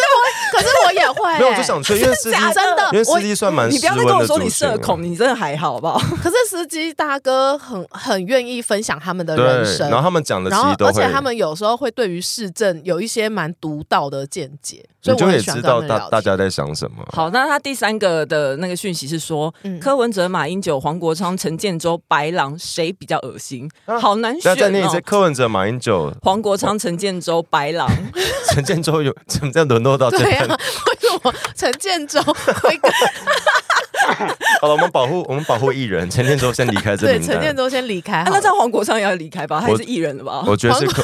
[SPEAKER 2] 可是我也会、
[SPEAKER 3] <laughs>
[SPEAKER 2] 欸，欸啊
[SPEAKER 3] 没有，我就想去，因为司机
[SPEAKER 1] 假的
[SPEAKER 2] 真的
[SPEAKER 3] 因为
[SPEAKER 2] 我
[SPEAKER 3] 司机算蛮
[SPEAKER 1] 你不要再
[SPEAKER 3] 斯文
[SPEAKER 1] 跟我
[SPEAKER 3] 的
[SPEAKER 1] 说
[SPEAKER 3] 族
[SPEAKER 1] 你
[SPEAKER 3] 群啊
[SPEAKER 1] 社
[SPEAKER 3] 了
[SPEAKER 1] 恐，你真的还好，好不好？
[SPEAKER 2] 可是司机大哥很很愿意分享他们的人
[SPEAKER 3] 对，
[SPEAKER 2] 生，
[SPEAKER 3] 然后他们讲的其
[SPEAKER 2] 然后
[SPEAKER 3] 实都
[SPEAKER 2] 而
[SPEAKER 3] 会
[SPEAKER 2] 且。他们有时候会对于市政有一些蛮独到的见解，所
[SPEAKER 3] 你
[SPEAKER 2] 以
[SPEAKER 3] 就
[SPEAKER 2] 我
[SPEAKER 3] 也
[SPEAKER 2] 很喜
[SPEAKER 3] 知
[SPEAKER 2] 欢跟他
[SPEAKER 3] 道
[SPEAKER 2] 们
[SPEAKER 3] 大
[SPEAKER 2] 聊
[SPEAKER 3] 大
[SPEAKER 2] 天。
[SPEAKER 3] 家在想什么。啊
[SPEAKER 1] 好，那他第三个的那个讯息是说，
[SPEAKER 2] 嗯
[SPEAKER 1] 柯文哲、马英九、黄国昌、陈建州、白狼谁比较恶心？
[SPEAKER 3] 啊
[SPEAKER 1] 好难选
[SPEAKER 3] 再再念一次
[SPEAKER 1] 哦。
[SPEAKER 3] 柯文哲、马英九、
[SPEAKER 1] 黄国昌、陈建州、白狼，
[SPEAKER 3] 陈建州有怎么这样沦落到这
[SPEAKER 2] 对
[SPEAKER 3] 边
[SPEAKER 2] 啊？， <laughs> 为什么陈建州
[SPEAKER 3] <laughs>
[SPEAKER 2] 会跟
[SPEAKER 3] 好了，我们保护我们保护艺人，陈建州先离开这
[SPEAKER 2] 对
[SPEAKER 3] 名
[SPEAKER 2] 陈建
[SPEAKER 3] 单。
[SPEAKER 2] 州先离开
[SPEAKER 1] 啊
[SPEAKER 2] 好了？
[SPEAKER 1] 那这样黄国昌也要离开吧？他也
[SPEAKER 3] 我
[SPEAKER 1] 是艺人了吧？
[SPEAKER 3] 我觉得是柯，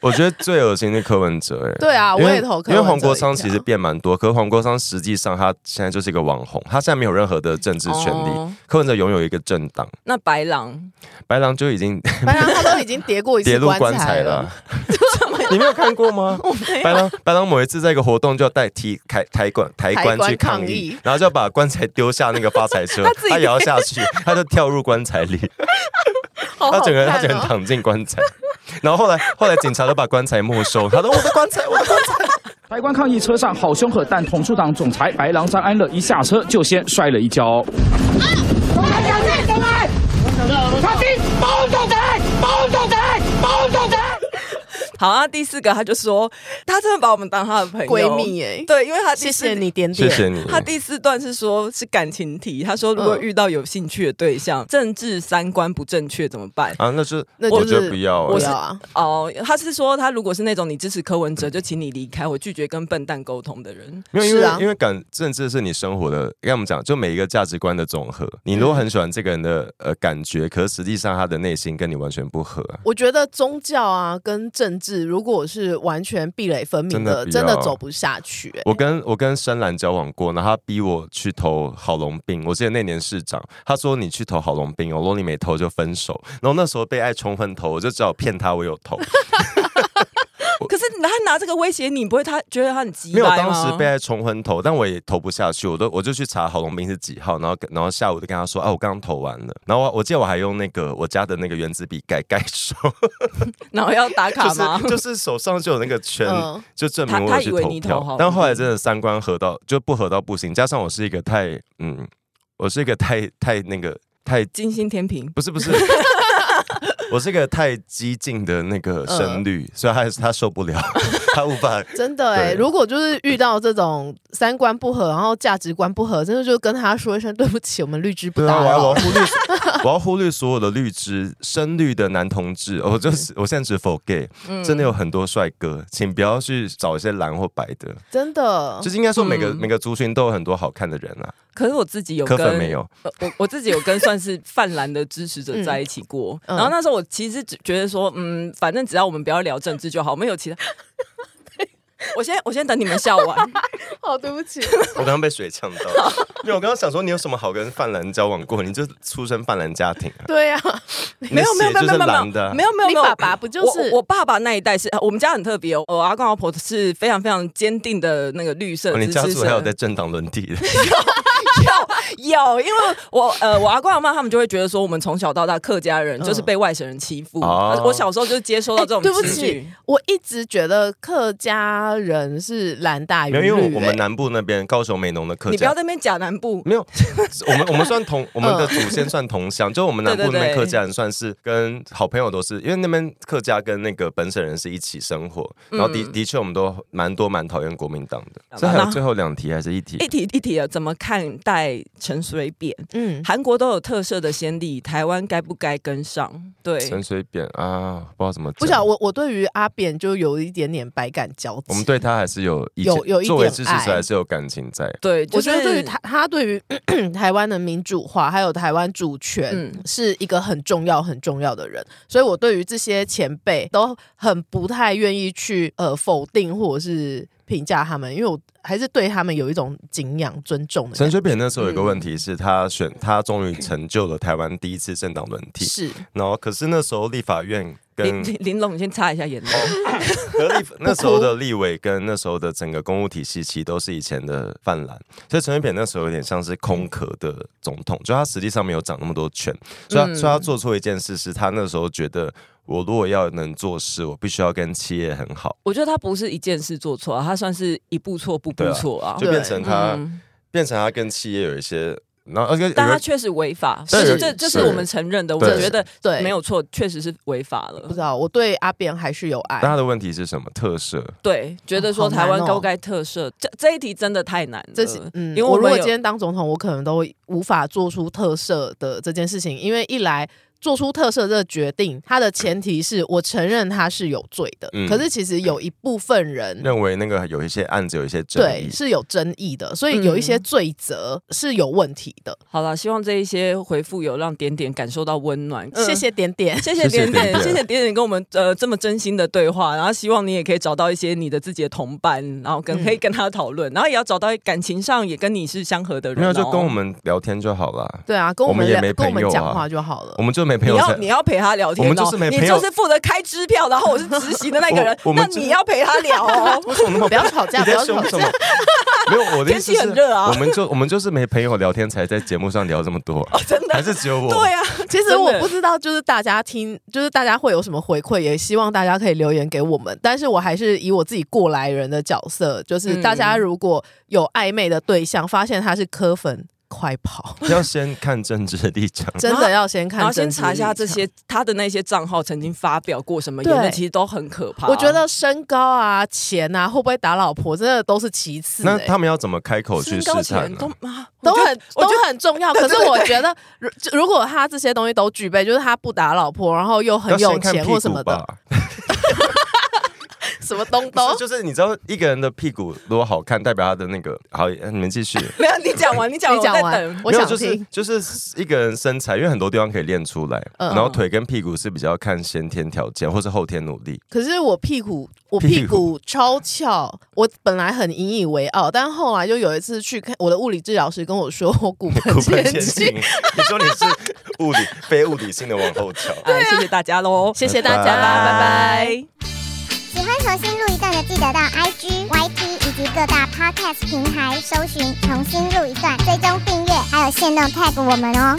[SPEAKER 3] 我觉得最恶心是柯文哲哎、
[SPEAKER 2] <laughs> 对啊，我
[SPEAKER 3] 因为
[SPEAKER 2] 也投柯
[SPEAKER 3] 因为
[SPEAKER 2] 文哲
[SPEAKER 3] 黄国
[SPEAKER 2] 一
[SPEAKER 3] 昌
[SPEAKER 2] 票
[SPEAKER 3] 其实变蛮多，可是黄国昌实际上他现在就是一个网红，他现在没有任何的政治权利。
[SPEAKER 1] 哦
[SPEAKER 3] 柯文哲拥有一个政党，
[SPEAKER 1] 那白狼，
[SPEAKER 3] 白狼就已经
[SPEAKER 2] 白狼他都已经跌过一
[SPEAKER 3] 跌
[SPEAKER 2] 次
[SPEAKER 3] 入棺
[SPEAKER 2] 材
[SPEAKER 3] 材了。 <laughs> 你没有看过
[SPEAKER 2] <laughs>
[SPEAKER 3] 吗？白狼白狼某一次在一个活动就要带提抬抬棺抬
[SPEAKER 2] 抬
[SPEAKER 3] 棺
[SPEAKER 2] 棺
[SPEAKER 3] 去抗
[SPEAKER 2] 抗
[SPEAKER 3] 议
[SPEAKER 2] 议，
[SPEAKER 3] 然后就要把棺材丢下那个发财
[SPEAKER 2] <laughs>
[SPEAKER 3] 车
[SPEAKER 1] 他自，己
[SPEAKER 3] 他也要下去，他就跳入棺材里，
[SPEAKER 2] 好好
[SPEAKER 3] 他整个人他
[SPEAKER 2] 看
[SPEAKER 3] 整个人
[SPEAKER 2] 哦
[SPEAKER 3] 躺进棺材。然后后来后来警察都把棺材没收，他说我的棺材，我的棺材。
[SPEAKER 4] 白光抗议车上好凶狠，但统促党总裁白狼张安乐一下车就先摔了一跤。
[SPEAKER 5] Ai đã giết tụi mày? Phát đi, báo tụi mày, báo tụi mày, báo tụi mày.
[SPEAKER 1] 好啊，那第四个他就说，他真的把我们当他的朋友
[SPEAKER 2] <laughs> 闺蜜哎、
[SPEAKER 1] 对，因为他第
[SPEAKER 2] 谢
[SPEAKER 1] 四
[SPEAKER 2] 谢你点
[SPEAKER 3] 谢
[SPEAKER 2] 点，
[SPEAKER 3] 谢你。
[SPEAKER 1] 他第四段是说，是感情题。他说，如果
[SPEAKER 2] 嗯
[SPEAKER 1] 遇到有兴趣的对象，政治三观不正确怎么办？
[SPEAKER 3] 啊，那就
[SPEAKER 2] 那
[SPEAKER 3] 我
[SPEAKER 2] 就
[SPEAKER 3] 觉
[SPEAKER 2] 是
[SPEAKER 3] 得不要、
[SPEAKER 2] 我
[SPEAKER 3] 欸
[SPEAKER 2] 是。啊，
[SPEAKER 1] 哦，他是说，他如果是那种你支持柯文
[SPEAKER 3] 嗯
[SPEAKER 1] 哲，就请你离开，我拒绝跟笨蛋沟通的人。
[SPEAKER 3] 没有，因为、
[SPEAKER 2] 是啊
[SPEAKER 3] 因为感政治是你生活的，该我们讲，就每一个价值观的总和。你如果
[SPEAKER 2] 嗯
[SPEAKER 3] 很喜欢这个人的呃感觉，可是实际上他的内心跟你完全不合、啊。
[SPEAKER 2] 我觉得宗教啊跟政治，如果是完全壁垒分明的，
[SPEAKER 3] 真的不要
[SPEAKER 2] 真的走不下去、欸。
[SPEAKER 3] 我跟我跟深蓝交往过，然后他逼我去投郝龙斌。我记得那年市长，他说你去投郝龙斌哦，我说你没投就分手。然后那时候被爱冲昏头，我就只好骗他我有投。
[SPEAKER 1] 可是他拿这个威胁你，不会他觉得他很急
[SPEAKER 3] 没有，
[SPEAKER 1] 掰
[SPEAKER 3] 当时
[SPEAKER 1] 吗
[SPEAKER 3] 被？爱冲昏头，但我也投不下去，我都我就去查郝龙斌是几号，然后然后下午就跟他说啊，我刚刚投完了，然后我我记得我还用那个我家的那个原子笔盖 <laughs> 盖手，
[SPEAKER 1] <laughs> 然后要打
[SPEAKER 3] <laughs> 就
[SPEAKER 1] 卡吗？
[SPEAKER 3] 是就是手上就有那个圈，
[SPEAKER 2] 嗯
[SPEAKER 3] 就证明
[SPEAKER 1] 他
[SPEAKER 3] 我
[SPEAKER 1] 他
[SPEAKER 3] 有去
[SPEAKER 1] 以为
[SPEAKER 3] 投
[SPEAKER 1] 你
[SPEAKER 3] 票，
[SPEAKER 1] 投郝龙
[SPEAKER 3] 但后来
[SPEAKER 1] 斌
[SPEAKER 3] 真的三观合到就不合到不行，加上我是一个太嗯，我是一个太太那个太
[SPEAKER 1] <laughs> 金星天平
[SPEAKER 3] 不是不是。我是一个太激进的那个
[SPEAKER 1] 嗯
[SPEAKER 3] 声律，所以他他受不了， <laughs> 他无法。
[SPEAKER 2] 真的哎、
[SPEAKER 3] 对
[SPEAKER 2] 如果就是遇到这种三观不合，然后价值观不合，真的就跟他说一声对不起，我们律师不
[SPEAKER 3] 对
[SPEAKER 2] 打
[SPEAKER 3] 啊，我要我要
[SPEAKER 2] 扰。
[SPEAKER 3] 忽略，我要忽略所有的绿枝深绿的男
[SPEAKER 1] <laughs>
[SPEAKER 3] 同志，我就是我现在只否 gay，真
[SPEAKER 1] 嗯
[SPEAKER 3] 的有很多帅哥，请不要去找一些蓝或白的，
[SPEAKER 2] 真
[SPEAKER 1] 哦
[SPEAKER 2] 的
[SPEAKER 3] 就，是应该说每个、每个族群都有很多好看的人啊，
[SPEAKER 1] 可是我自嗯己有
[SPEAKER 3] 柯
[SPEAKER 1] 跟
[SPEAKER 3] 粉没有，
[SPEAKER 1] 呃 <laughs> 我我自己有跟算是泛蓝的支持者在一起
[SPEAKER 3] <laughs>
[SPEAKER 1] 过，
[SPEAKER 2] 嗯嗯
[SPEAKER 1] 然后那时候我其实只觉得说，嗯，反正只要我们不要聊政治就好，我们有其他。 <laughs> 我先我先等你们笑完，哦
[SPEAKER 2] 好，对不起，
[SPEAKER 3] 我刚刚被水呛到，
[SPEAKER 1] <laughs>
[SPEAKER 3] 因为我刚刚想说你有什么好跟泛蓝交往过？你就出身泛蓝家庭啊，
[SPEAKER 2] <laughs> 对呀、
[SPEAKER 3] <laughs> 你
[SPEAKER 1] <laughs> 没
[SPEAKER 3] 的
[SPEAKER 1] 有没有
[SPEAKER 3] 血
[SPEAKER 1] 没有
[SPEAKER 3] 就
[SPEAKER 1] 没
[SPEAKER 3] 是
[SPEAKER 1] 有没有
[SPEAKER 3] 蓝的啊，
[SPEAKER 1] 没有没有
[SPEAKER 2] 你
[SPEAKER 1] 没有，
[SPEAKER 2] 爸爸不就是
[SPEAKER 1] 我我爸爸那一代是呃我们家很特别哦，我阿公阿婆是非常非常坚定的那个绿色
[SPEAKER 3] 哦
[SPEAKER 1] 支
[SPEAKER 3] 你家
[SPEAKER 1] 持
[SPEAKER 3] 族还有
[SPEAKER 1] 者
[SPEAKER 3] 在，政党轮替的，
[SPEAKER 1] <laughs> 有，因为我呃，我阿公阿妈他们就会觉得说，我们从小到大客家人就是被外省人欺负。
[SPEAKER 3] 哦
[SPEAKER 1] 我小时候就接收到这种、
[SPEAKER 2] 嗯哎对不起，，我一直觉得客家人是蓝大于
[SPEAKER 3] 没有，
[SPEAKER 2] 绿、
[SPEAKER 3] 因为
[SPEAKER 1] <laughs>
[SPEAKER 3] 我们
[SPEAKER 2] 欸
[SPEAKER 3] 南部那边高雄美浓的客
[SPEAKER 1] 你不要
[SPEAKER 3] 家。嗯
[SPEAKER 1] 在那边假南部。
[SPEAKER 3] 没有，我们我们算同我们
[SPEAKER 2] 嗯
[SPEAKER 3] 的祖先算同乡，就我们南部那
[SPEAKER 1] 对对
[SPEAKER 3] 边
[SPEAKER 1] 对
[SPEAKER 3] 客家人算是跟好朋友都是，因为那边客家跟那个本省人是一起生活，然后的
[SPEAKER 2] 嗯
[SPEAKER 3] 的确我们都蛮多蛮讨厌国民党的。这还有最后两题还是一题
[SPEAKER 2] 哎
[SPEAKER 1] 一？题一题啊，怎么看待陈水扁？
[SPEAKER 2] 嗯，
[SPEAKER 1] 韩国都有特色的先例，台湾该不该跟上？对，
[SPEAKER 3] 陈水扁啊，不知道怎么讲。
[SPEAKER 2] 不晓得我我对于阿扁就有一点点百感交集。
[SPEAKER 3] 我们对他还是有意见
[SPEAKER 2] 有有一点
[SPEAKER 3] 作为支持
[SPEAKER 2] 爱
[SPEAKER 3] 者还是有感情在。
[SPEAKER 1] 对，就
[SPEAKER 2] 我觉
[SPEAKER 1] 是
[SPEAKER 2] 得对于台，他对于 <clears throat> 咳咳台湾的民主化还有台湾主权、
[SPEAKER 1] 嗯
[SPEAKER 2] 是一个很重要很重要的人，所以我对于这些前辈都很不太愿意去呃否定或者是评价他们，因为我还是对他们有一种敬仰尊重的
[SPEAKER 3] 陈
[SPEAKER 2] 感觉。嗯
[SPEAKER 3] 水扁那时候有个问题是他选，他终于成就了台湾第一次政党轮替，
[SPEAKER 2] 是
[SPEAKER 3] 然后可是那时候立法院
[SPEAKER 1] 林
[SPEAKER 3] 跟哦
[SPEAKER 1] 林林龙，你先擦一下眼泪。
[SPEAKER 3] 和立那时候的立委跟那时候的整个公务体系其实都是以前的泛蓝，所以陈水扁那时候有点像是空壳的总统，就他实际上没有掌那么多权，所以他、
[SPEAKER 1] 嗯
[SPEAKER 3] 所以他做错一件事是他那时候觉得。我如果要能做事，我必须要跟企业很好，
[SPEAKER 1] 我觉得他不是一件事做错啊，他算是一步错步步错啊。
[SPEAKER 3] 就变成他、
[SPEAKER 1] 嗯，
[SPEAKER 3] 变成他跟企业有一些，然后而且有
[SPEAKER 1] 但
[SPEAKER 3] 个
[SPEAKER 1] 他确实违法，
[SPEAKER 3] 但
[SPEAKER 1] 是
[SPEAKER 3] 有
[SPEAKER 1] 这这是
[SPEAKER 3] 是
[SPEAKER 1] 我们承认的。我
[SPEAKER 3] 对
[SPEAKER 1] 觉得
[SPEAKER 2] 对，
[SPEAKER 1] 没有错，确实是违法了
[SPEAKER 2] 不。知道，我对阿扁还是有爱
[SPEAKER 3] 但。他的问题是什么？特赦。
[SPEAKER 1] 对，觉得
[SPEAKER 2] 好
[SPEAKER 1] 说台
[SPEAKER 2] 难
[SPEAKER 1] 湾
[SPEAKER 2] 哦
[SPEAKER 1] 该不该特赦，这这一题真的太难了。
[SPEAKER 2] 这是嗯，
[SPEAKER 1] 呃因为
[SPEAKER 2] 我如
[SPEAKER 1] 们
[SPEAKER 2] 果
[SPEAKER 1] 有
[SPEAKER 2] 今天当总统，我可能都无法做出特赦的这件事情，因为一来做出特赦这个决定，它的前提是我承认他是有罪的，
[SPEAKER 3] 嗯
[SPEAKER 2] 可是其实有一部分
[SPEAKER 1] 嗯
[SPEAKER 2] 人。
[SPEAKER 3] 认为那个有一些案子有一些争
[SPEAKER 2] 对，
[SPEAKER 3] 议，
[SPEAKER 2] 是有争议的，所以有一些罪责是有问题的。
[SPEAKER 1] 好了，希望这一些回复有让点点感受到温暖。
[SPEAKER 2] 谢
[SPEAKER 1] 嗯。
[SPEAKER 2] 谢点点，
[SPEAKER 1] 谢谢点点，
[SPEAKER 3] 谢谢点点
[SPEAKER 1] 谢谢点点跟我们呃这么真心的对话，然后希望你也可以找到一些你的自己的同伴，然后
[SPEAKER 2] 嗯
[SPEAKER 1] 跟可以跟他讨论，然后也要找到感情上也跟你是相合的人、哦。
[SPEAKER 3] 没有就跟我们聊天就好了。
[SPEAKER 2] 对啊，跟
[SPEAKER 3] 我们也
[SPEAKER 2] 聊
[SPEAKER 3] 没
[SPEAKER 2] 跟我
[SPEAKER 3] 朋友啊
[SPEAKER 2] 们讲话就好了
[SPEAKER 3] 我。们就没朋
[SPEAKER 1] 你
[SPEAKER 3] 友
[SPEAKER 1] 要
[SPEAKER 3] 才
[SPEAKER 1] 你要陪他聊天、哦，
[SPEAKER 3] 我们就是没
[SPEAKER 1] 你
[SPEAKER 3] 朋友
[SPEAKER 1] 就是负责开支票，然后我是执行的那个人
[SPEAKER 3] <laughs> ，我我们
[SPEAKER 1] 那
[SPEAKER 3] 就是
[SPEAKER 1] 你要陪他聊
[SPEAKER 3] <laughs>
[SPEAKER 1] 哦。
[SPEAKER 3] 为什么那么
[SPEAKER 2] 不要吵架，
[SPEAKER 3] 你
[SPEAKER 2] 不
[SPEAKER 3] 在
[SPEAKER 2] 要吵
[SPEAKER 3] 凶什
[SPEAKER 2] 架。 <laughs>
[SPEAKER 3] 么？没有，我的意
[SPEAKER 1] 天
[SPEAKER 3] 思
[SPEAKER 1] 气
[SPEAKER 3] 是
[SPEAKER 1] 很热，啊
[SPEAKER 3] 我们就我们就是没朋友聊天才在节目上聊这么多，
[SPEAKER 2] 哦
[SPEAKER 1] 真的
[SPEAKER 3] <laughs> 还是只有我？
[SPEAKER 1] 对啊，
[SPEAKER 2] 其实
[SPEAKER 1] 真
[SPEAKER 2] 我
[SPEAKER 1] 的
[SPEAKER 2] 不知道，就是大家听，就是大家会有什么回馈，也希望大家可以留言给我们。但是我还是以我自己过来人的角色，就是
[SPEAKER 1] 嗯
[SPEAKER 2] 大家如果有暧昧的对象，发现他是科粉，快跑！
[SPEAKER 3] 要先看政治立场。
[SPEAKER 2] 真的要先
[SPEAKER 1] 嗯
[SPEAKER 2] 看，
[SPEAKER 1] 然后先查一下这些。他的那些账号曾经发表过什么言
[SPEAKER 2] 对
[SPEAKER 1] 论，其实都很可怕。
[SPEAKER 2] 我觉得身高啊、钱啊，会不会打老婆，真的 <laughs> 都是其次、
[SPEAKER 3] 那
[SPEAKER 2] 欸
[SPEAKER 3] 他们要怎么开口去
[SPEAKER 1] 身
[SPEAKER 3] 试
[SPEAKER 1] 高
[SPEAKER 3] 探
[SPEAKER 1] 前都 <laughs>
[SPEAKER 3] 呢？
[SPEAKER 1] 啊，
[SPEAKER 2] 都
[SPEAKER 1] 我觉得
[SPEAKER 2] 很
[SPEAKER 1] 我
[SPEAKER 2] 都
[SPEAKER 1] 觉得
[SPEAKER 2] 很重要，可是我觉得，如如果他这些东西都具备，就是他不打老婆，然后又很
[SPEAKER 3] 要
[SPEAKER 2] 有
[SPEAKER 3] 先看
[SPEAKER 2] 钱
[SPEAKER 3] 屁
[SPEAKER 2] 或什
[SPEAKER 3] 股
[SPEAKER 2] 么的，
[SPEAKER 3] 吧，
[SPEAKER 2] 什么东
[SPEAKER 3] 不
[SPEAKER 1] <laughs>
[SPEAKER 2] 东
[SPEAKER 3] 是，就是你知道一个人的屁股如果好看，代表他的那个好，你们继续。
[SPEAKER 1] 没有你讲完，你讲
[SPEAKER 2] 你
[SPEAKER 1] 完，
[SPEAKER 2] 讲
[SPEAKER 1] 我在
[SPEAKER 2] 完
[SPEAKER 1] 等，。
[SPEAKER 2] <laughs> 我
[SPEAKER 3] 没
[SPEAKER 2] 想
[SPEAKER 3] 有，就是
[SPEAKER 2] 听。
[SPEAKER 3] 就是一个人身材，因为很多地方可以练出来，
[SPEAKER 2] 嗯
[SPEAKER 3] 然后腿跟屁股是比较看先天条件或是后天努力。
[SPEAKER 2] 可是我屁股，我
[SPEAKER 3] 屁
[SPEAKER 2] 屁股超翘，我本来很引以为傲，但后来就有一次去看我的物理治疗师跟我说，我骨盆
[SPEAKER 3] 骨盆前
[SPEAKER 2] 前
[SPEAKER 3] 倾，
[SPEAKER 2] 倾。
[SPEAKER 3] <laughs> 你说你是物理非物理性的往后翘。
[SPEAKER 1] 哎，谢谢大家喽，
[SPEAKER 2] 谢谢大
[SPEAKER 3] 拜
[SPEAKER 2] 家，
[SPEAKER 3] 拜
[SPEAKER 2] 拜拜。
[SPEAKER 6] 喜欢重新录一段的，记得到 IG、YT 以及各大 Podcast 平台搜寻“重新录一段”，追踪订阅，还有限定 tag 我们哦。